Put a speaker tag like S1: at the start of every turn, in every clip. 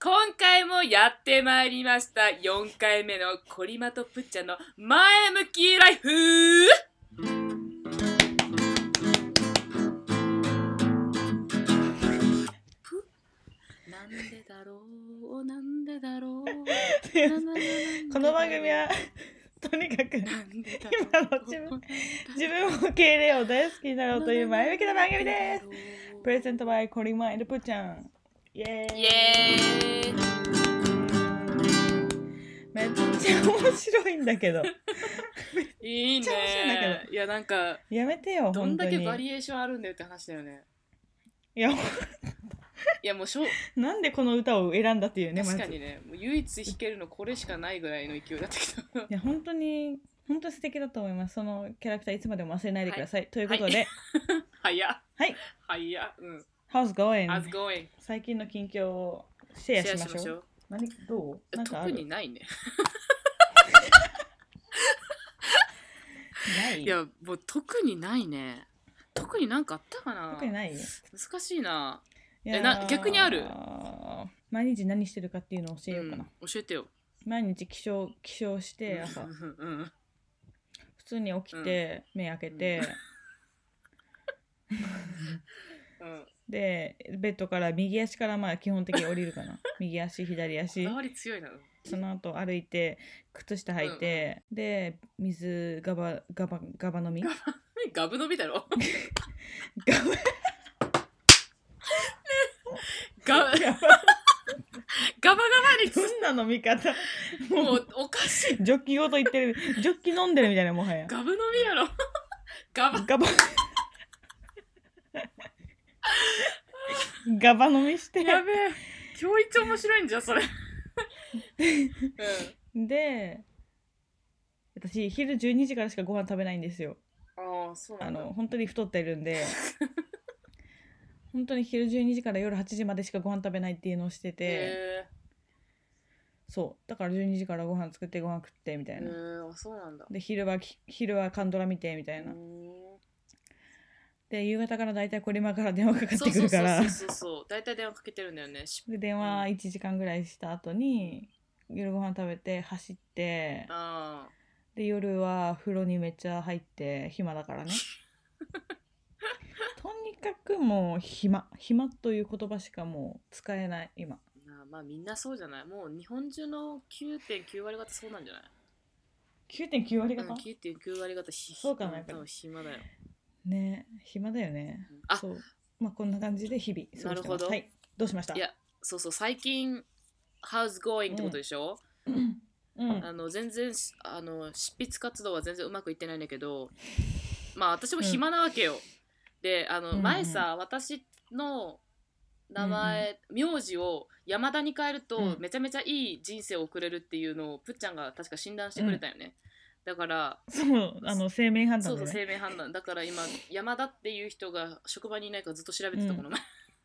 S1: 今回もやってまいりました4回目のコリマとプッチャの前向きライフぷなんでだろうなんでだろうななななんでだろう
S2: この番組はとにかく
S1: なんでだ
S2: 今の
S1: ろう
S2: 自分自分も敬礼を大好きになろうという前向きな番組です
S1: す
S2: プレゼントバイコリマイルプちゃんイエーイ
S1: イエーイ
S2: めっちゃ面白いんだけど
S1: いい
S2: めっちゃ面白いんだ
S1: ねいやなんか
S2: やめて よ
S1: どん
S2: 本当
S1: だ
S2: に
S1: けバリエーションあるんだよって話だよね
S2: いや
S1: いやもうしょ
S2: なんでこの歌を選んだっていうね
S1: 確か
S2: まず
S1: にねもう唯一弾けるのこれしかないぐらいの勢いだったけど
S2: いや本当に本当に素敵だと思いますそのキャラクターいつまでも忘れないでください、ということで、
S1: 早っ
S2: はい
S1: 早っうん
S2: How's
S1: How's
S2: going?
S1: going?
S2: 最近の近況をシェアしましょう
S1: う
S2: 何どうなんかあ
S1: 特
S2: る
S1: にないね
S2: ない
S1: いやもう特にないね特になんかあったかな
S2: 特にない
S1: 難しいな、
S2: いやー
S1: な逆にある
S2: 毎日何してるかっていうのを教えようかな、
S1: うん教えてよ
S2: 毎日起床起床して朝
S1: うんうん
S2: 普通に起きて、目開けて、
S1: うん
S2: でベッドから右足からまあ基本的に降りるか な右足左
S1: こ
S2: 足
S1: だわり強いなう
S2: その後歩いて靴下履いて、で水ガバガバガバ飲みガ
S1: んガブ飲みだろ
S2: バ
S1: ガバガバ
S2: ガ
S1: ガバに つ
S2: バどんな飲み方
S1: も
S2: もう
S1: うおかしい
S2: ジョッキごと言ってるジョッキ飲んでるみたいなもはや
S1: ガブ飲みだろ ガバ
S2: ガバガバ飲みし て
S1: やべえ今日一面白いんじゃんそれうん
S2: で私昼12時からしかご飯食べないんですよ
S1: ああそうな
S2: あ
S1: んだ
S2: の本当に太ってる んで本当に昼12時から夜8時までしかご飯食べないっていうのをしてて、
S1: へ
S2: そうだから12時からご飯作ってご飯食ってみた
S1: え
S2: いな、
S1: ー、あそうなんだ
S2: で昼はき昼はカンドラ見てみたいな、
S1: う
S2: で夕方から大体これまから電話かか
S1: ーん
S2: ってくるから
S1: そうそうそうそうそう大体電話かけてるんだよねし
S2: で電話1時間ぐらいした後に夜ご飯食べて走って
S1: あ
S2: で夜は風呂にめっちゃ入って暇 だからねとにかくもう暇暇という言葉しかもう使えない今
S1: ーなあまあみんなそうじゃないもう日本中の9.9割方そうなんじゃない
S2: 9.9割
S1: うん
S2: 方、
S1: 9.9割方ひ
S2: そうかな
S1: うん多分暇だよ
S2: ね暇だよね
S1: うんあ
S2: そうまあこんな感じで日々過ごし
S1: な
S2: てま
S1: るほ
S2: す
S1: ど
S2: はいどうしました
S1: いやそうそう最近 How's going ってことでしょ、
S2: うんうん
S1: あの全然しあの執筆活動は全然うまくいってないんだけ どまあ私も暇なわけよ、であの、
S2: うんうん
S1: 前さ私の名前、名字を山田に変えると、
S2: うん
S1: めちゃめちゃいい人生を送れるっていうのをぷっちゃんが確か診断してくれたよね、だから
S2: そうあの生命判
S1: そ
S2: 断
S1: うそ
S2: で、
S1: う
S2: ね、
S1: 生命判断だから今山田っていう人が職場にいないからずっと調べてた
S2: うん
S1: この前、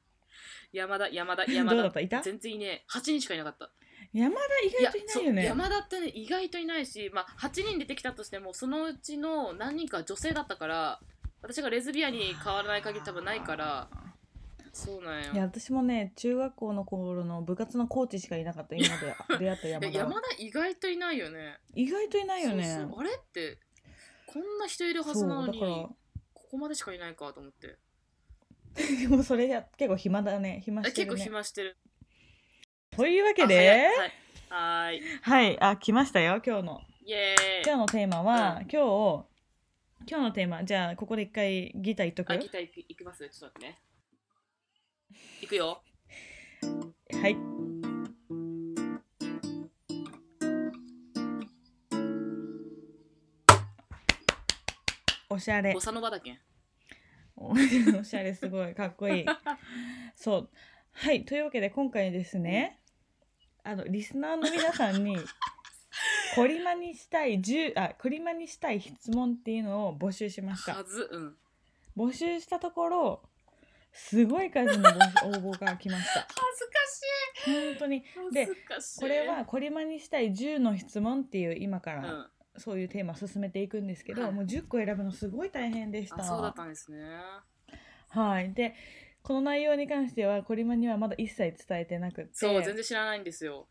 S1: 山田山田
S2: ど
S1: 山
S2: うだ
S1: 田
S2: ったいた
S1: 全然いねえ8人しかいなかった
S2: 山田意外といないよ
S1: い
S2: ね
S1: やそう山田ってね意外といないし、まあ、8人出てきたとしてもそのうちの何人かは女性だったから私がレズビアに変わらない限り多分ないからそうなんよ
S2: いや私もね中学校の頃の部活のコーチしかいなかった今ま で出会った
S1: いや
S2: 山田は
S1: 山田意外といないよね
S2: 意外といないよね
S1: そうそうあれってこんな人いるはず
S2: そう
S1: なの
S2: だ
S1: に
S2: から
S1: ここまでしかいないかと思って
S2: でもそれや結構暇だね暇
S1: え
S2: し
S1: 結
S2: てる
S1: 構
S2: ね
S1: 暇してる
S2: というわ
S1: あ
S2: けで
S1: 早いはいはーい
S2: はいあ来ましたよ今日の
S1: イエー
S2: 今
S1: イ
S2: 日のテーマは、
S1: う
S2: 今日今日のテーマじゃあここで一回ギター言っとく
S1: あ
S2: は
S1: ギターいくいきますちょっと待ってねいくよ
S2: いおしゃれ
S1: ボサノバだけん
S2: おおしゃれすごいかっこ いいそうはいというわけで今回ですねあのリスナーの皆 さんにコリマにしたい10あコリマにしたい質問っていうのを募集しました
S1: はずうん
S2: 募集したところすごい数の募応募が来ました
S1: 恥ずかしい
S2: 本当にで
S1: 恥ずかしい
S2: これはコリマにしたい10の質問っていう今か
S1: うん、
S2: ら
S1: あ
S2: そういうテーマ進めていくんですけど、
S1: はい
S2: もう10個選ぶのすごい大変でした
S1: そうだったんですね
S2: はいでこの内容に関してはコリマにはまだ一切伝えてなくって
S1: そう、全然知らないんですよ。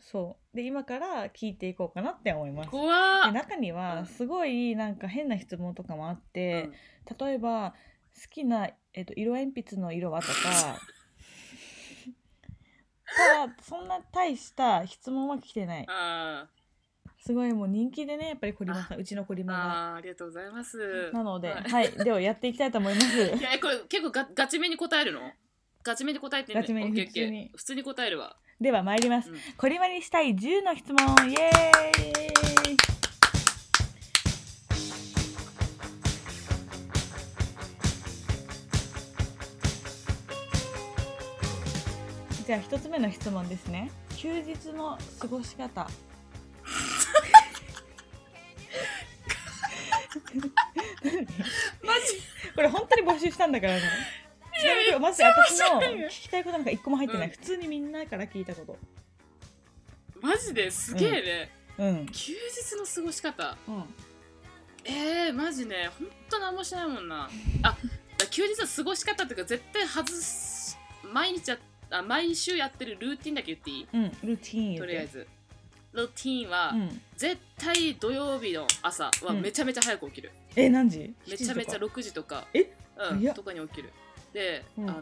S2: そうで今から聞いていこうかなって思いますで
S1: 怖っ、
S2: 中に
S1: うん
S2: はすごいなんか変な質問とかもあっ
S1: う
S2: て
S1: ん、
S2: 例えば好きな、えっと色鉛筆の色はと かただそんな大した質問は来てない
S1: あー
S2: すごいもう人気でねやっぱりコリマさんうちのコリマが
S1: あー、ありがとうございます。
S2: なので、
S1: はい
S2: はい、ではやっていきたいと思います。
S1: いやこれ結構ガガチめに答えるのガチめに答えてね
S2: ガチめ
S1: オ
S2: に
S1: ッケーオッケー
S2: 普通に
S1: 普通に答えるわ、
S2: では参ります。
S1: うん
S2: こりまにしたい10の質問、イエーイ。じゃあ一つ目の質問ですね。休日の過ごし 方。
S1: マジ
S2: これ本当に募集したんだからね。ちなみにマジで私の
S1: 白いよ
S2: 聞きたいことなんか一個も入ってない、
S1: うん
S2: 普通にみんなから聞いたこと。
S1: マジですげえね、
S2: うん。
S1: 休日の過ごし方
S2: うん。
S1: えー、マジねほんと何もしないもんなあ休日の過ごし方っていうか絶対外す毎日やあ毎週やってるルーティンだけ言っていい
S2: うん、ルーティーン言うて
S1: とりあえずルーティンは、
S2: うん、
S1: 絶対土曜日の朝は
S2: うん
S1: めちゃめちゃ早く起きる、
S2: え何時
S1: めちゃめちゃ
S2: 7時とか
S1: 6時とか
S2: え
S1: うん
S2: 早っ
S1: とかに起きるで、
S2: うん
S1: あの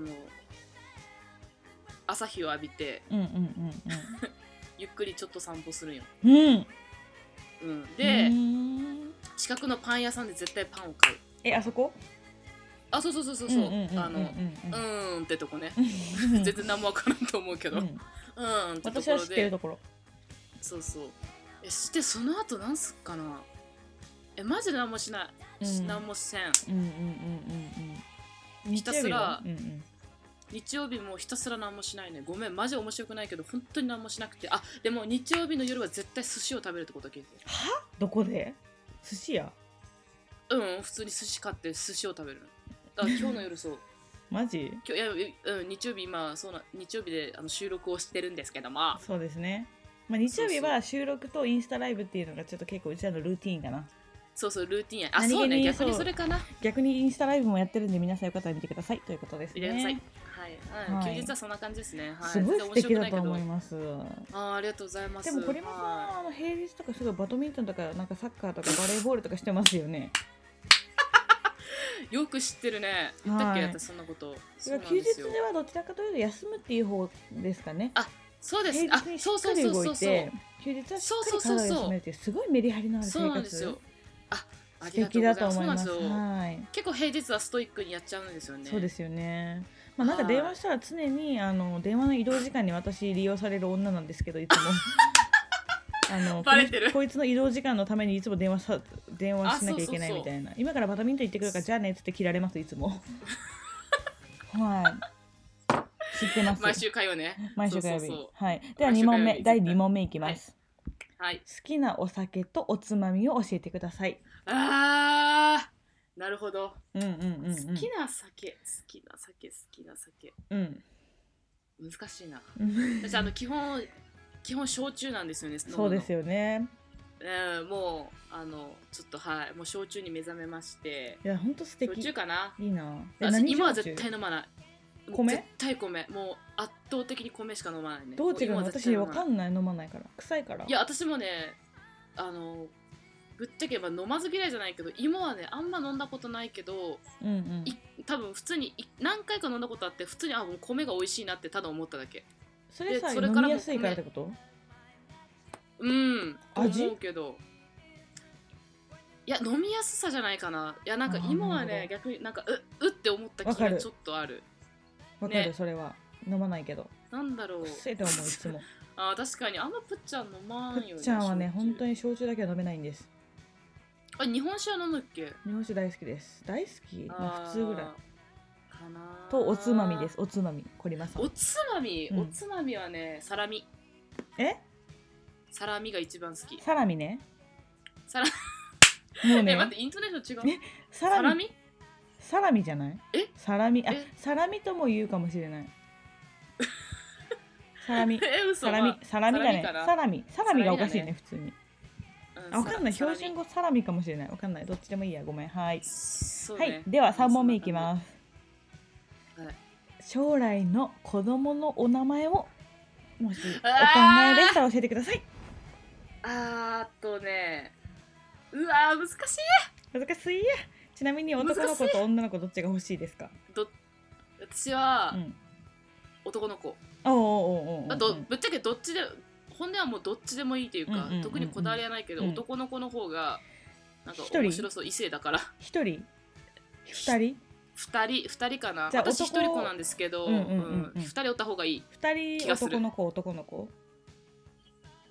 S1: 朝日を浴びて
S2: うんうん
S1: ゆっくりちょっと散歩するんよ、
S2: うんうんうん
S1: うん、
S2: うー
S1: で
S2: ん
S1: 近くのパン屋さんで絶対パンを買う
S2: えあそこ
S1: あそうそうそうそうそう,、
S2: んんんん
S1: あのう
S2: うん
S1: ーんってとこね
S2: う
S1: 全
S2: ん
S1: 然何もわからんと思うけど、う、
S2: うんん
S1: ーんってと
S2: 私
S1: こ
S2: は
S1: ろ
S2: 知ってる
S1: で
S2: ところ
S1: そうそうえしてその後なんすっかなえマジで何もしない、
S2: うん
S1: 何もせん
S2: うんうんうんうんうん
S1: ひたすら
S2: 日曜日はうん
S1: 日曜日もひたすら何もしないねごめんマジ面白くないけど本当に何もしなくてあでも日曜日の夜は絶対寿司を食べるってことは聞いて
S2: うんどこで寿司屋
S1: るうん普通に寿司買って寿司を食べるの だから今日の夜そう
S2: マジ
S1: 今日いや、うん、日曜日今そうな日曜日であの収録をしてるんですけども
S2: そうですねまあ日曜日は収録とインスタライブっていうのがちょっと結構うちらのルーティーンかな
S1: そうそうルーティンやあ
S2: 何気に
S1: そうね逆に
S2: そう
S1: それかな
S2: 逆にインスタライブもやってるんで皆さんよかったら見てくださいということです
S1: 入れなさい
S2: ね
S1: はい、はい
S2: はい
S1: 休日はそんな感じですね、はい、
S2: すごい素敵だ
S1: 全然面白
S2: と
S1: く
S2: 思
S1: ない
S2: い
S1: け
S2: ます
S1: どあーありがとうございます
S2: でもこれも
S1: は
S2: さあの平日とかすごいバドミントンとかなんかサッカーとかバレーボールとかしてますよね。
S1: いよく知ってるね言ったっけ、
S2: はい
S1: 私そんなこと
S2: そ
S1: そう
S2: れ
S1: な
S2: から
S1: ん
S2: 休日
S1: ですよ
S2: ではどちらかというと休むっていう方ですかね。
S1: そうです
S2: 平
S1: あ
S2: 日にし
S1: そう
S2: っ
S1: そ
S2: か
S1: う
S2: り
S1: そう
S2: 動
S1: そ
S2: いう
S1: そう
S2: て休日はしっか
S1: そう
S2: り
S1: そうそうそう
S2: 体を休めるっていうすごいメリハリのある
S1: そう
S2: 生
S1: なん
S2: 活
S1: ですよ
S2: 素
S1: あありがと
S2: 敵
S1: うご
S2: だ
S1: ざい
S2: と
S1: ます
S2: 思います。
S1: そうなんですよ
S2: はい。
S1: 結構平日はストイックにやっちゃうんですよね
S2: そうですよね。まあなんか電話したら常にあの電話の移動時間に私利用される女なんですけ どいつも。あの
S1: バレてる
S2: こいつの移動時間のためにいつも電話さ電話しなきゃいけな
S1: あ
S2: い
S1: そうそう
S2: み
S1: そう
S2: たいな今からバドミントン行ってくるからじゃあねっつって切られますい つもはい知ってます
S1: 毎週火曜ね
S2: 毎週火曜日
S1: そうそう
S2: はいでは
S1: 毎週
S2: 2問
S1: 火曜
S2: 目
S1: 日
S2: 第2問目いきます、
S1: そうはい
S2: 好きなお酒とおつまみを教えてください
S1: あーなるほど、
S2: うんうんうん、うん、
S1: 好きな酒好きな酒好きな酒
S2: うん
S1: 難しいな
S2: うん
S1: 私あの基本基本焼酎なんですよね
S2: そうです
S1: よ、
S2: よね
S1: うん、もうあのちょっとはいもう焼酎に目覚めまして
S2: いやほんと素
S1: 焼
S2: 敵
S1: 酎
S2: い
S1: かない
S2: なえ
S1: 私
S2: 何
S1: 今は
S2: 焼酎
S1: 絶対飲まないもう
S2: 米
S1: 絶対米もう圧倒的に米しか飲まないね
S2: どう違う
S1: も
S2: の
S1: 今は絶対
S2: 私
S1: 飲ま
S2: わ
S1: ない
S2: かんない飲まないから臭いから
S1: いや私もねあのぶっちゃけば飲まず嫌いじゃないけど芋はねあんま飲んだことないけど
S2: うんうん
S1: い多分普通にい何回か飲んだことあって普通にあもう米が美味しいなってただ思っただけ
S2: それさ
S1: でそれ
S2: 飲
S1: からも
S2: みやすいからってこと
S1: うん
S2: 味
S1: と思うけどいや飲みやすさじゃないかないやなんか
S2: あー
S1: 芋は
S2: な
S1: ね
S2: る
S1: 逆になんかううって思った
S2: わ
S1: 気
S2: か
S1: が
S2: る
S1: ちょっとある
S2: わか
S1: ね
S2: るそれは飲まないけど
S1: なんだろう
S2: くせえと思ういつも
S1: あー確かにあんまプッちゃん飲まん
S2: ぷ
S1: よね
S2: っちゃんはね本当
S1: に
S2: に焼酎だけは飲めないんです
S1: あ日本酒は飲むっけ
S2: 日本酒大好きです大好きまあ普通ぐらい
S1: あーかなー
S2: とおつまみですおつまみこりまさん
S1: おつまみ、
S2: うん
S1: おつまみはねサラミ
S2: え
S1: サラミが一番好き
S2: サラミね
S1: サラ
S2: もう
S1: え
S2: ね
S1: 待ってイントネーション違う
S2: ねサ
S1: サ
S2: ラ
S1: ラ
S2: ミ
S1: ミ
S2: サラミじゃない
S1: え
S2: サラミあ
S1: え
S2: サラミとも言うかもし れないサラミ
S1: え嘘
S2: サラミサラミだね
S1: サラミかな
S2: サラミサラミがおかしい
S1: サラミだね
S2: ね普通に
S1: ま
S2: あわかんない標準
S1: 語
S2: 語サラミかもしれないわかんないどっちでもいいやごめんはい
S1: そう
S2: は
S1: ね、
S2: いでは3問目いきます
S1: すはい
S2: 将来の子供のお名前をもしお考
S1: あー
S2: えでしたら教えてください
S1: あーっとねうわー難しい
S2: 難しいやちなみに男の子と女の子どっちが欲しいですか
S1: 私は
S2: うん
S1: 男の子、
S2: おうおうおうおう
S1: あ
S2: う
S1: と
S2: ん
S1: ぶっちゃけどっちで本音はもうどっちでもいいというか、
S2: うんうんうんうん
S1: 特にこだわりはないけど、
S2: うん
S1: 男の子の方がなんか
S2: 一人
S1: 面白そう異性だから
S2: 一人二人
S1: 2人二人かな
S2: じゃあ
S1: 私1
S2: 男
S1: 人子なんですけど、
S2: うんうんうんうん
S1: 2人おった方がいい
S2: 二
S1: 気
S2: 人
S1: がする
S2: 男の子男の子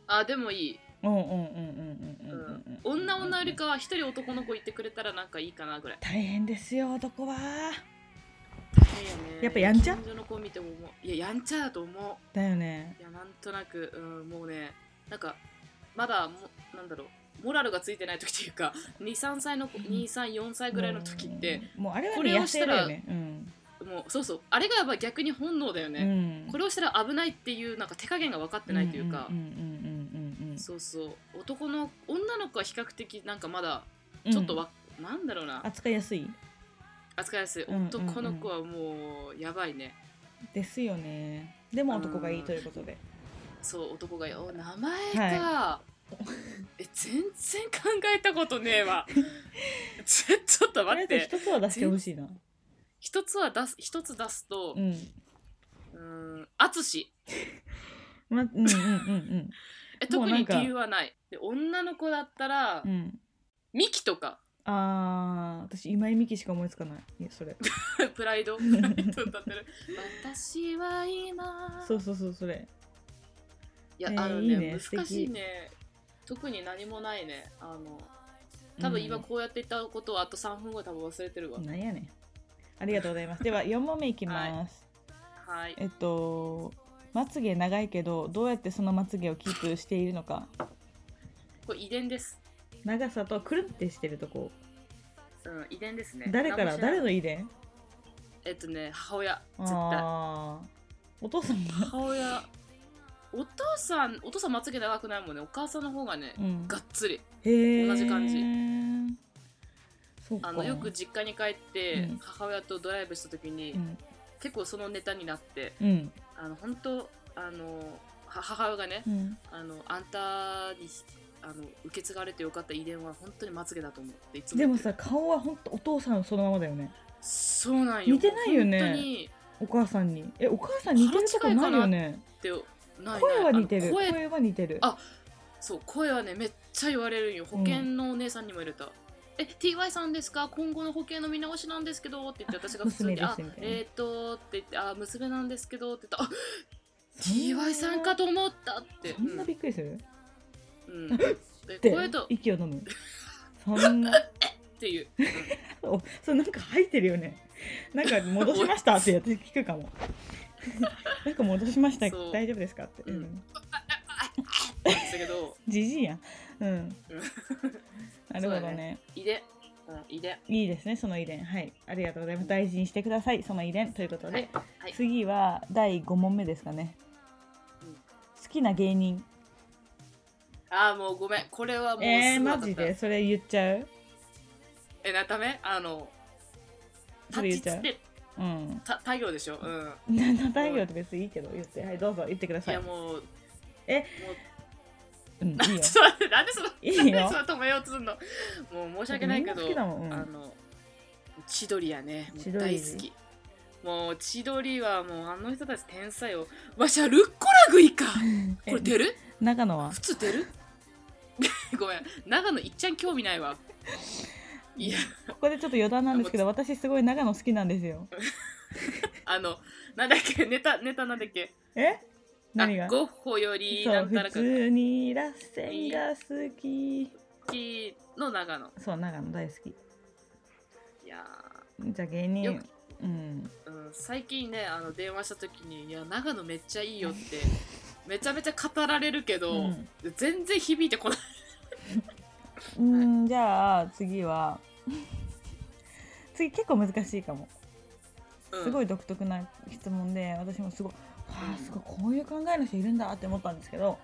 S1: あでもいい、
S2: うんうんうんうんうん
S1: う
S2: うんうん
S1: ん、女女よりかは1人男の子いてくれたらなんかいいかなぐらい
S2: 大変ですよ男は
S1: 大変よね
S2: やっぱやんちゃ
S1: 近所の子見てももういややんちゃだと思う
S2: だよね
S1: いやなんとなく、うん、もうねなんかまだもなんだろうモラルがついてない時っていうか23歳の子234歳ぐらいの時って
S2: うんもうあれは
S1: こ
S2: ね
S1: れ
S2: 野
S1: をし
S2: 生
S1: たら
S2: だよねうん
S1: もうそうそうあれがやっぱ逆に本能だよ
S2: う
S1: ね、
S2: ん
S1: これをしたら危ないっていうなんか手加減が分かってないというか、
S2: んうんうんうんうんうん
S1: そうそう男の女の子は比較的なんかまだ
S2: うん
S1: ちょっとわ、なんだろうな
S2: 扱いやすい
S1: 扱いやすい
S2: うんうんうん
S1: 男の子はもうやばいね
S2: ですよねでも男がいいということで
S1: そう男がよ名前か、え全然考えたことねえ わちょちょっと
S2: と
S1: 待
S2: りあ
S1: っ
S2: えず
S1: て
S2: 一つは出してほしいな
S1: 一つは出す一つ出すと
S2: うん
S1: うーん淳
S2: まうんうんうん
S1: え
S2: も
S1: 特
S2: うなん
S1: に
S2: か
S1: 理由はないで女の子だったら
S2: うんうん
S1: ミキとか
S2: あー私今井美樹しか思いつかないいやそれ
S1: プライ ドプライド歌ってる私は今
S2: そうそうそうそれ
S1: いや、
S2: えー
S1: あのね
S2: いいね
S1: 難しいね特に何もないねあの多分今こうやって言ったことはあと3分後多分忘れてるわ、
S2: うんなんやねんありがとうございますでは4問目いきます
S1: はい
S2: えっとまつげ長いけどどうやってそのまつげをキープしているのか
S1: これ遺伝です、
S2: 長さとくるってしてるとこ
S1: うん、遺伝ですね
S2: 誰か
S1: 何も
S2: ら
S1: 知ない
S2: 誰の遺伝
S1: えっとね母親絶対
S2: ああお父さんが
S1: 母親お父さんお父さんまつげ長くないもんねお母さんの方がね、
S2: うん
S1: がっつり
S2: へえ
S1: 同じ感じ
S2: そうか
S1: あのよく実家に帰って、
S2: うん
S1: 母親とドライブした時に、
S2: うん、
S1: 結構そのネタになって
S2: うん
S1: あの本当あのは母親がね
S2: うん、
S1: あのあんたにあの受け継がれてよかった遺伝は本当にまつげだと思うっていつも
S2: で
S1: 言っ
S2: も
S1: てる
S2: さ顔は本当お父さんそのままだよね
S1: そうなんよ
S2: 似てないよね
S1: 本当に
S2: お母さんにえお母さん似てるとこないよね
S1: ってないない
S2: 声は似て
S1: あ
S2: る
S1: の
S2: 声
S1: 声
S2: は似てる
S1: あそう声はねめっちゃ言われるんよ保険のお姉さんにも言われた、え TY さんですか今後の保険の見直しなん ですけどって言って私が普通に「
S2: 娘
S1: あ
S2: ですみたいな
S1: えーっと」って言って「あ娘なんですけど」って言ったあ
S2: そんな
S1: TY さんかと思った」って
S2: そんなびっくりする、
S1: うん うんで
S2: で
S1: 声と「っ
S2: 息を飲 むそんな
S1: ていう
S2: おそうなんか吐いてるよねなんか戻しましたってやって聞くか もなんか戻しました
S1: そう
S2: 大丈夫ですかって
S1: うん
S2: うん
S1: なんですけ ど
S2: じじいやん うん
S1: そ
S2: なるほ
S1: う
S2: ど
S1: だね
S2: ね
S1: 遺伝うん遺伝
S2: いいですねその遺伝はいありがとうございます大事にしてくださいその遺伝ということで、
S1: はいはい
S2: 次は第5問目ですかね、
S1: うん
S2: 好きな芸人
S1: ああもうごめんこれはもう
S2: えー、
S1: すぐ
S2: マ
S1: 分か
S2: ジ
S1: った
S2: でそれ言っちゃう
S1: えなためあの
S2: それ
S1: 立
S2: 言
S1: ち
S2: っち
S1: つ
S2: ゃ
S1: っ
S2: う
S1: て
S2: うん
S1: た太陽でしょうん
S2: 七大業って別にいいけど言ってはいどうぞ言ってくだ
S1: い
S2: さい
S1: やもう
S2: え
S1: もう
S2: うん、いいよ
S1: ちょっと待って、なんで その、
S2: いいよ
S1: なんでその止めようとするの。もう申し訳ないけど、
S2: みんな好きだもんうん
S1: あの、千鳥やね、も
S2: 千
S1: う
S2: 鳥
S1: 大好き。もう千鳥はもうあの人たち天才を。わしゃ、ルッコラグイ か。これ出る
S2: 長野 は
S1: 普通出るごめん、長野いっちゃん興味ないわ。いや、
S2: ここでちょっと余談なんですけど私すごい長野好きなんですよ
S1: あの、なんだっけ、ネタ、ネタなんだっけ。
S2: え何が
S1: あゴッホより、
S2: そ
S1: な
S2: うん
S1: たら
S2: 普
S1: か
S2: 通に螺旋が好き
S1: の長野。
S2: そう長野大好き
S1: いや
S2: じゃあ芸
S1: よ
S2: 人
S1: く
S2: うん
S1: うん、最近ねあの電話した時に「いや長野めっちゃいいよ」って めちゃめちゃ語られるけど、
S2: うん
S1: 全然響いてこない
S2: うんじゃあ次は 次結構難しいかも
S1: うん
S2: すごい独特な質問で私もすごいはあすごいこういう考えの人いるんだって思ったんですけど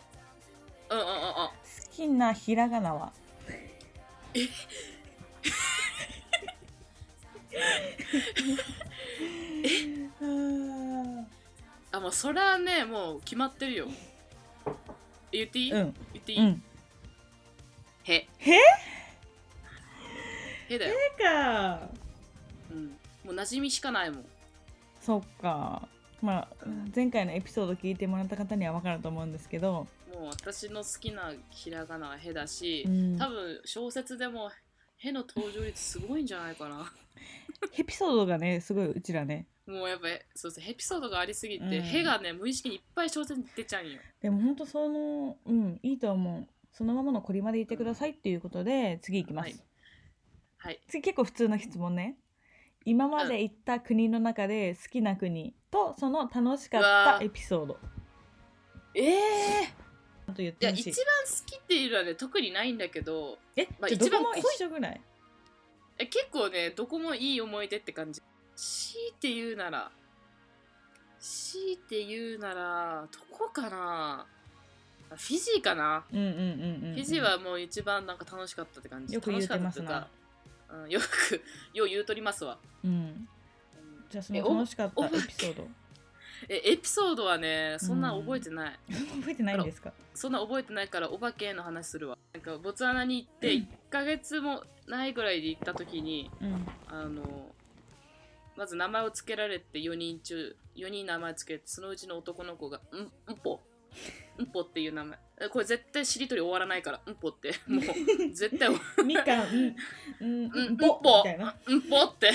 S1: うんうんうんうん
S2: 好きなひらがなは え
S1: あもうそれはねもう決まってるよ言っていい、
S2: うん
S1: 言っていい、
S2: うん
S1: へ
S2: へ
S1: へだよ、
S2: てか
S1: うん、もう馴染みしかないもん
S2: そっかまあ前回のエピソード聞いてもらった方には分かると思うんですけど、
S1: もう私の好きなひらがなはへだし
S2: う、ん、
S1: 多分小説でもへの登場率すごいんじゃないかな
S2: エピソードがねすごいうちらね
S1: もうやっぱそうそうエピソードがありすぎて、
S2: うん
S1: へがね無意識にいっぱい小説に出ちゃうんよ
S2: でもほんとそのうんいいと思うそのままのこりまでいてくださいっていうことで次いきます、
S1: はいはい
S2: 次結構普通の質問ね今まで行った国の中で好きな国とその楽しかっ
S1: うわ
S2: たエピソード
S1: ええ
S2: あと言っ
S1: い
S2: て
S1: や
S2: ほ
S1: 一
S2: しい
S1: 番好きっていうのはね特にないんだけど
S2: え、
S1: まあ
S2: じゃあどこ
S1: 一番
S2: も
S1: 濃い
S2: 一緒ぐらい
S1: え結構ねどこもいい思い出って感じ強いて言うなら強いて言うならどこかなあフィジーかな、
S2: うんうんうんうんうん
S1: フィジーはもう一番なんか楽しかったって感じ
S2: よく言うてます
S1: 楽しか
S2: な
S1: ったっていうか、うん、よくよう言うとりますわ、
S2: うん
S1: うん
S2: じゃあそ
S1: え
S2: の
S1: お
S2: 楽しかっ
S1: お
S2: たエ
S1: ば
S2: ピ
S1: け
S2: ソード
S1: えエピソードはねそんな覚えてない、
S2: 覚えてないんですか
S1: そんな覚えてないからお化けの話するわなんかボツワナに行って
S2: うん
S1: 1ヶ月もないぐらいで行った時に
S2: うん
S1: あのまず名前を付けられて4人中4人名前つけてそのうちの男の子が「んんぽ」「んぽ」っていう名前えこれ絶対しりとり終わらないから「んぽ」ってもう絶 対「
S2: みかん う
S1: う
S2: ん
S1: ん
S2: うん
S1: んぽ
S2: ぼ」みたいなん
S1: ぽ」って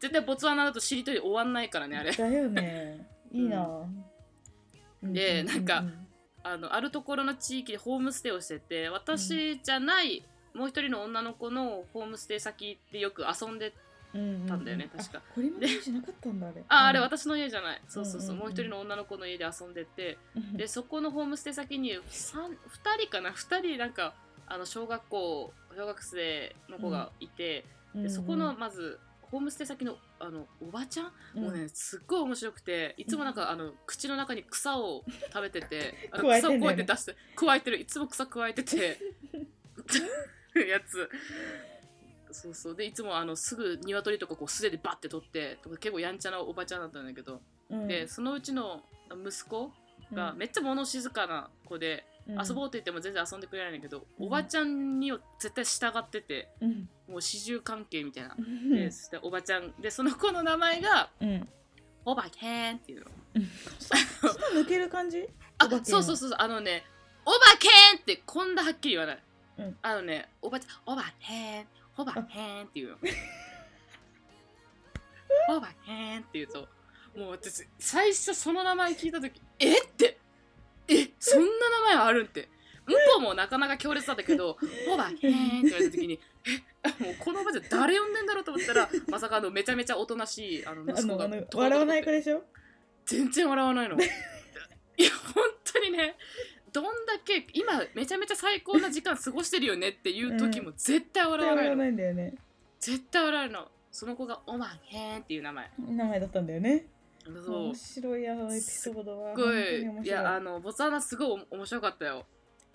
S1: 絶対ボツワナだとしりとり終わんないからねあれ
S2: だ よねいいな
S1: で
S2: ううう
S1: なんかあのあるところの地域でホームステイをしてて私じゃない、もう一人の女の子のホームステイ先でよく遊んで
S2: うう
S1: たんだよね確か
S2: あこれまでしなかったんだあれ
S1: ああれ私の家じゃないそうそうそう,、
S2: うんうんうん
S1: もう一人の女の子の家で遊んでて
S2: うん
S1: でそこのホームステイ先に三2人かな2人なんかあの小学校小学生の子がいて、でそこのまずホームステイ先のあのおばちゃん、
S2: うん
S1: もうねすっごい面白くていつもなんかあの口の中に草を食べてて あの
S2: 加えて
S1: 草
S2: んだ
S1: をこうやっ
S2: よね
S1: て出してくわえてるいつも草くわえて てやつそうそうでいつもあのすぐ鶏とかこう素手でバッて取ってとか結構やんちゃなおばちゃんだったんだけど、
S2: うん
S1: でそのうちの息子が
S2: うん
S1: めっちゃ物静かな子で、遊ぼうって言っても全然遊んでくれないんだけど、
S2: うん
S1: おばちゃんには絶対従ってて
S2: うん
S1: もう始終関係みたいな、
S2: うん
S1: でそしておばちゃんでその子の名前が
S2: うん
S1: おばけーんっていうの
S2: 舌抜ける感じ
S1: あ
S2: おばけん
S1: そうそうそうそうあのねおばけーんってこんなはっきり言わない、
S2: うん
S1: あのねおばちゃんおばけーんおばけーんって 言うのおばけーんって言うともう私最初その名前聞いた時えってえそんな名前あるんって向こうもなかなか強烈だったけど「おばへーん」って言われた時にえもうこの場じゃ誰呼んでんだろうと思ったらまさかあのめちゃめちゃおとなしいあの
S2: あ
S1: 息子
S2: の
S1: が
S2: あの笑わない子でしょ
S1: 全然笑わない のいや本当にねどんだけ今めちゃめちゃ最高な時間過ごしてるよねっていう時も絶対笑わ
S2: 笑
S1: ない
S2: わ
S1: の、
S2: ないんだよね
S1: 絶対笑わないのその子が「おまへーん」っていう名前
S2: 名前だったんだよね
S1: そう
S2: 面白いあのエピソードは
S1: すご
S2: 本当に面白
S1: い
S2: い
S1: いやあのボツワナすごいお面白かったよ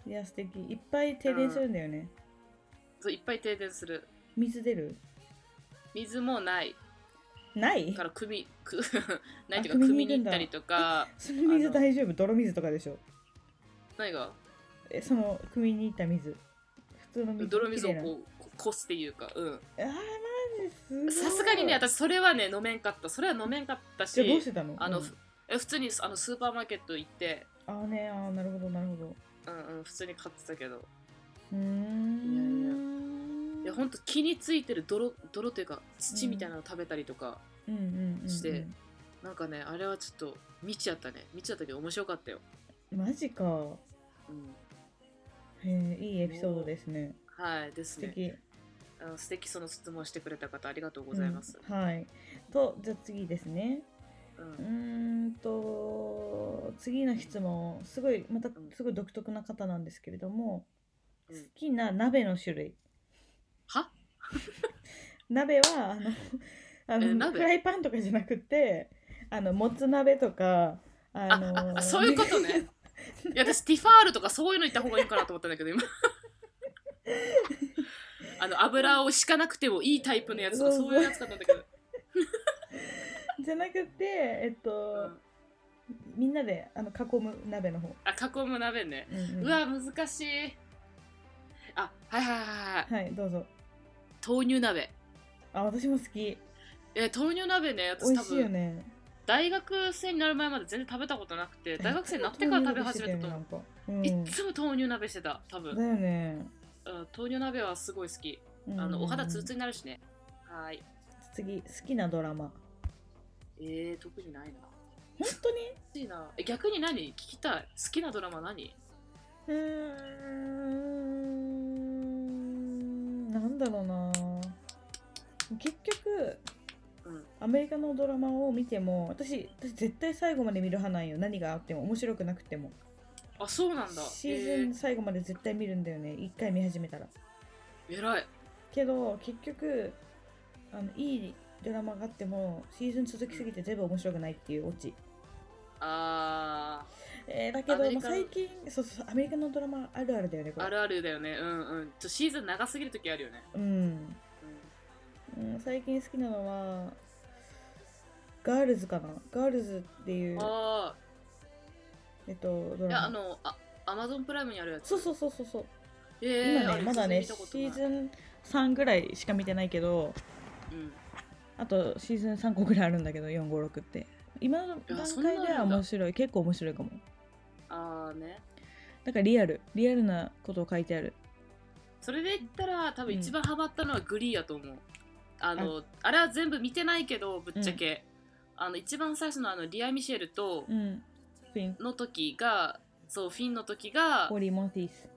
S2: いや素敵いっぱい停電するんだよね、
S1: そういっぱい停電する
S2: 水出る
S1: 水もない
S2: ない
S1: から汲みくないっていう
S2: あ
S1: か
S2: 汲
S1: 汲
S2: み
S1: み
S2: に
S1: に行っ
S2: 行くんだ
S1: たりとか
S2: その 水大丈夫泥水とかでしょ
S1: 何が
S2: えその汲みに行った水普通の水
S1: 泥水を
S2: きれいな
S1: こうここすっていうかうん
S2: あーマジすごい
S1: さすがにね私それはね飲めんかったそれは飲めんかった
S2: じゃあどう
S1: し
S2: してたの
S1: あの、
S2: うん
S1: え普通にあのスーパーマーケット行って、
S2: あーねあーなるほどなるほど
S1: うんうん、普通に買ってたけど
S2: うーん
S1: いやほんと気についてる泥泥というか土みたいなの食べたりとか、
S2: うんうんうんうん
S1: してなんかねあれはちょっと見ちゃったね見ちゃったけど面白かったよ、
S2: マジか
S1: うん、
S2: へーいいエピソードですね
S1: はいです
S2: 素
S1: ね
S2: 敵、
S1: あの素敵その質問してくれた方ありがとうございます、
S2: うんはいとじゃあ次ですね
S1: うん
S2: うーんと次の質問すごいまたすごい独特な方なんですけれども、
S1: うん
S2: 好きな鍋の種類
S1: は
S2: 鍋はあのあ
S1: え
S2: の
S1: 鍋
S2: フライパンとかじゃなくてあのもつ鍋とかあの
S1: ああそういうことね いや私ティファールとかそういうの行った方がいいかなと思ったんだけど 今あの油を敷かなくてもいいタイプのやつとかそういうやつかと思ったけど、
S2: じゃなくてえっと、
S1: うん
S2: みんなであの囲む鍋の方、
S1: あ囲む鍋ね
S2: うんうん
S1: うわ難しいあはいはいはいはい
S2: はいどうぞ
S1: 豆乳鍋
S2: あ私も好き
S1: え豆乳鍋ね私
S2: 美
S1: 多
S2: 味しいよ
S1: 分
S2: ね
S1: 大学生になる前まで全然食べたことなくて大学生になってから食べ始めたと思う
S2: うん
S1: いっつも豆乳鍋してた多分、
S2: だよね、
S1: うん、豆乳鍋はすごい好き
S2: うん
S1: あのお肌ツルツルになるしねはーい
S2: 次好きなドラマ
S1: えー、特にないな
S2: 本当に
S1: 熱いなえ逆に何聞きたい好きなドラマ何
S2: うーんなんだろうな結局、
S1: うん
S2: アメリカのドラマを見ても私私絶対最後まで見る派なんよ何があっても面白くなくても
S1: あそうなんだ
S2: シーズン最後まで絶対見るんだよね一回見始めたら
S1: えー、偉い
S2: けど結局あのいいドラマがあってもシーズン続きすぎて全部面白くないっていうオチ
S1: あ
S2: えーだけ
S1: アメ
S2: ど、
S1: リ
S2: まあ、
S1: カ
S2: 最近そうそうアメリカのドラマあるあるだよね
S1: ー
S2: これ
S1: あるあるだよねうんうんちょっとシーズン長すぎる時あるよね、
S2: うん
S1: うん
S2: うん、最近好きなのはガールズかなガールズっていう、
S1: あ
S2: えっと、ド
S1: あいやあ
S2: ラマ
S1: のあアマゾンプライムにあるやつ
S2: そうそうそうそうそう、
S1: えー、
S2: 今
S1: あ
S2: ね
S1: れ
S2: まだね
S1: 見
S2: シ
S1: たことない
S2: ーズン3ぐらいしか見てないけど
S1: うん
S2: あとシーズン3個ぐらいあるんだけど456って今の
S1: いや
S2: 段
S1: そんな
S2: 階
S1: のあ
S2: で
S1: る
S2: は
S1: んだ
S2: 面白い結構面白いかも
S1: ああね
S2: だからリアルリアルなことを書いてある
S1: それで言ったら多分
S2: うん
S1: 一番ハマったのはグリーやと思う、あのあれは全部見てないけどぶっちゃけ、あの一番最初のあのリア・ミシェルと
S2: うんフィン
S1: の時が、そうフィンの時が、
S2: コリー・モンティス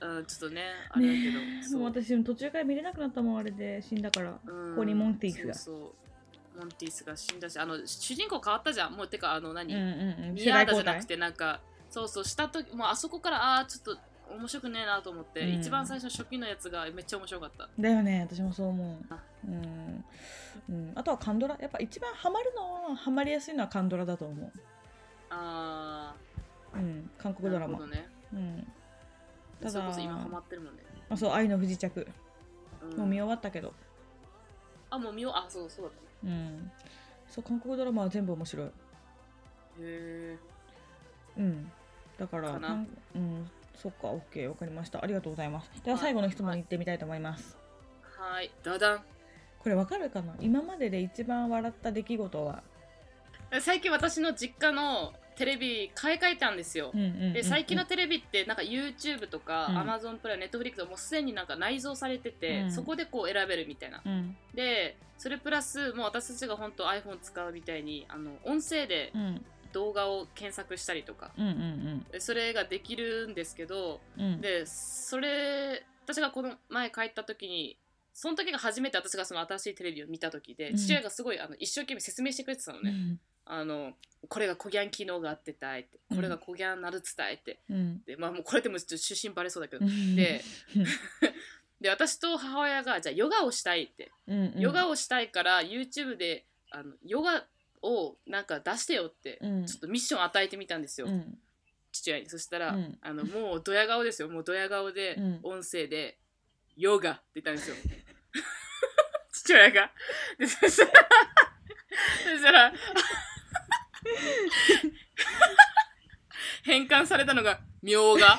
S1: うん、ちょっとねあれだけど、そう
S2: もう私も途中から見れなくなったもんあれで死んだから
S1: うん
S2: コリーモンティスが
S1: そうそうモンティスが死んだしあの主人公変わったじゃんもうてかあの
S2: う
S1: 何、
S2: んうん
S1: ミヤーダじゃなくてなんかそうそうした時もうあそこからああちょっと面白くねえなと思って、
S2: うん
S1: 一番最初の初期のやつがめっちゃ面白かった
S2: だよね私もそう思
S1: あ
S2: ううん、うん、あとはカンドラやっぱ一番ハマるのはハマりやすいのはカンドラだと思
S1: あ
S2: う、うん、韓
S1: ー
S2: 国ド
S1: な
S2: ラ
S1: る
S2: マ、
S1: ほどね
S2: うん、ただ
S1: それこそ今ハマってるもんね、
S2: あそう愛の不時着
S1: うん
S2: もう見終わったけど、
S1: あもう見ようあそうそうだっ
S2: うん、そう韓国ドラマは全部面白い、
S1: たねへえ
S2: うん、だから
S1: かな
S2: 韓うんそっか OK わかりましたありがとうございますでは最後の質問に行ってみたいと思います、
S1: はいダダン
S2: これわかるかな今までで一番笑った出来事は、
S1: 最近私の実家のテレビ買い替えたんですよ、
S2: うんうんうんうん
S1: で最近のテレビってなんか YouTube とか
S2: うん
S1: Amazon プライム Netflix もうすでになんか内蔵されてて、
S2: うん
S1: そこでこう選べるみたいな
S2: うん
S1: でそれプラスもう私たちが本当 iPhone 使うみたいにあの音声で
S2: うん
S1: 動画を検索したりとか
S2: うんうん
S1: でそれができるんですけど
S2: うんうん
S1: でそれ私がこの前帰った時にその時が初めて私がその新しいテレビを見た時で
S2: うん
S1: 父親がすごいあの一生懸命説明してくれてたのね、あのこれがコギャン機能があってたいってこれがコギャンなるつたいって
S2: うん
S1: でまあもうこれでもちょっと出身バレそうだけど、
S2: うん
S1: で で私と母親がじゃあヨガをしたいって
S2: うんうん
S1: ヨガをしたいから YouTube であのヨガをなんか出してよって
S2: うん
S1: ちょっとミッション与えてみたんですよ、
S2: うん
S1: 父親にそしたら、
S2: うん
S1: あのもうドヤ顔ですよもうドヤ顔で
S2: うん
S1: 音声で「ヨガ」って言ったんですよ 父親がでそしたらそしたら変換されたのが「みょうが」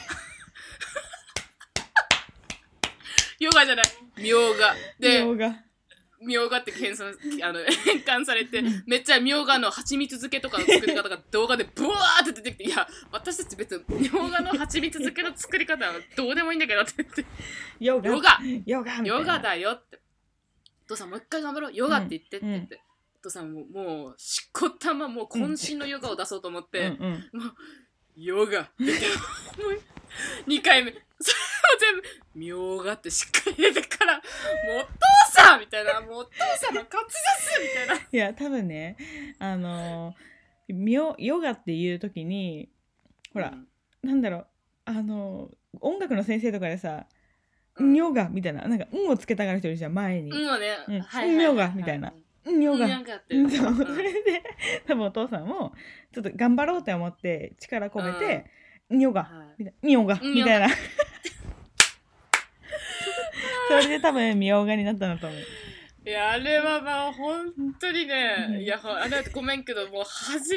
S1: ヨガじゃないみょうがで
S2: ヨガ
S1: みょうがって検索あの 変換されてめっちゃみょうがの蜂蜜漬けとかの作り方が動画でブワーって出てきていや私たち別にみょうがの蜂蜜漬けの作り方はどうでもいいんだけどって言 って
S2: ヨガ
S1: ヨガ
S2: ヨガみたいな
S1: ヨガだよってお父さんもう一回頑張ろうヨガって言ってって言って、お父さんもうもうしこたまもう渾身のヨガを出そうと思って、
S2: うんうん
S1: ヨガって言ってもう2回目 それを全部「みょうが」ってしっかり入れてから「もうお父さん!」みたいな「もうお父さんの勝ちです!」みたいない
S2: や多分ねあのーみょヨガっていう時にほら、
S1: うん
S2: なんだろうあのー音楽の先生とかでさ「
S1: うん
S2: んヨガ」みたいななんか「ん」をつけたがる人いるじゃん前に
S1: うんをね、
S2: うん
S1: はいはいはい
S2: うんヨガみたいな
S1: う
S2: 「んヨ
S1: ん
S2: ガ」
S1: ヨガって
S2: うんそう
S1: うん
S2: それで多分お父さんもちょっと頑張ろうって思って力込めて「んヨガ」
S1: はい
S2: みたいな、みょうが、
S1: うん
S2: みたいな。それで多分、みょうがになったんだと思う。
S1: いやあれはまあ本当に
S2: うん
S1: ねいやあれはごめんけどもう初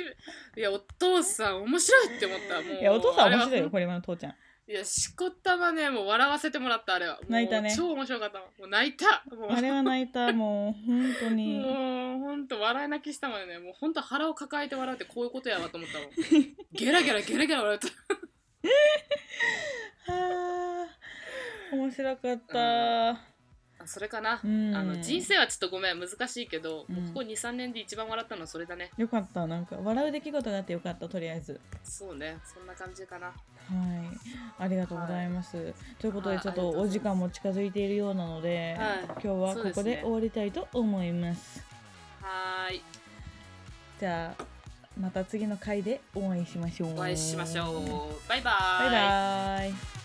S1: めいやお父さん面白いって思ったもう
S2: いやお父さん面白い
S1: あれ
S2: よ
S1: は
S2: これまの父ちゃん
S1: いやしこったまねもう笑わせてもらったあれはもう
S2: 泣いたね
S1: 超面白かったもう泣いたもう
S2: あれは泣いたもう本当に
S1: もう本当笑い泣きしたまでねもう本当腹を抱えて笑うってこういうことやなと思ったも んゲラゲラゲラゲラ笑うと
S2: はあ面白かった
S1: あそれかな、
S2: うん
S1: あの人生はちょっとごめん難しいけど、
S2: うん
S1: もうここ23年で一番笑ったのはそれだね
S2: よかったなんか笑う出来事があってよかったとりあえず
S1: そうねそんな感じかな
S2: はいありがとうございます、ということで
S1: はい
S2: ちょっ
S1: ありがと
S2: と
S1: う
S2: お
S1: ございます
S2: 時間も近づいているようなので、
S1: はい
S2: 今日は
S1: そ
S2: ここ
S1: うです
S2: で
S1: ね
S2: 終わりたいと思います
S1: はーい
S2: じゃあまた次の回でお会いしましょう
S1: お会いしましょ
S2: バ
S1: うバイバー
S2: イバイ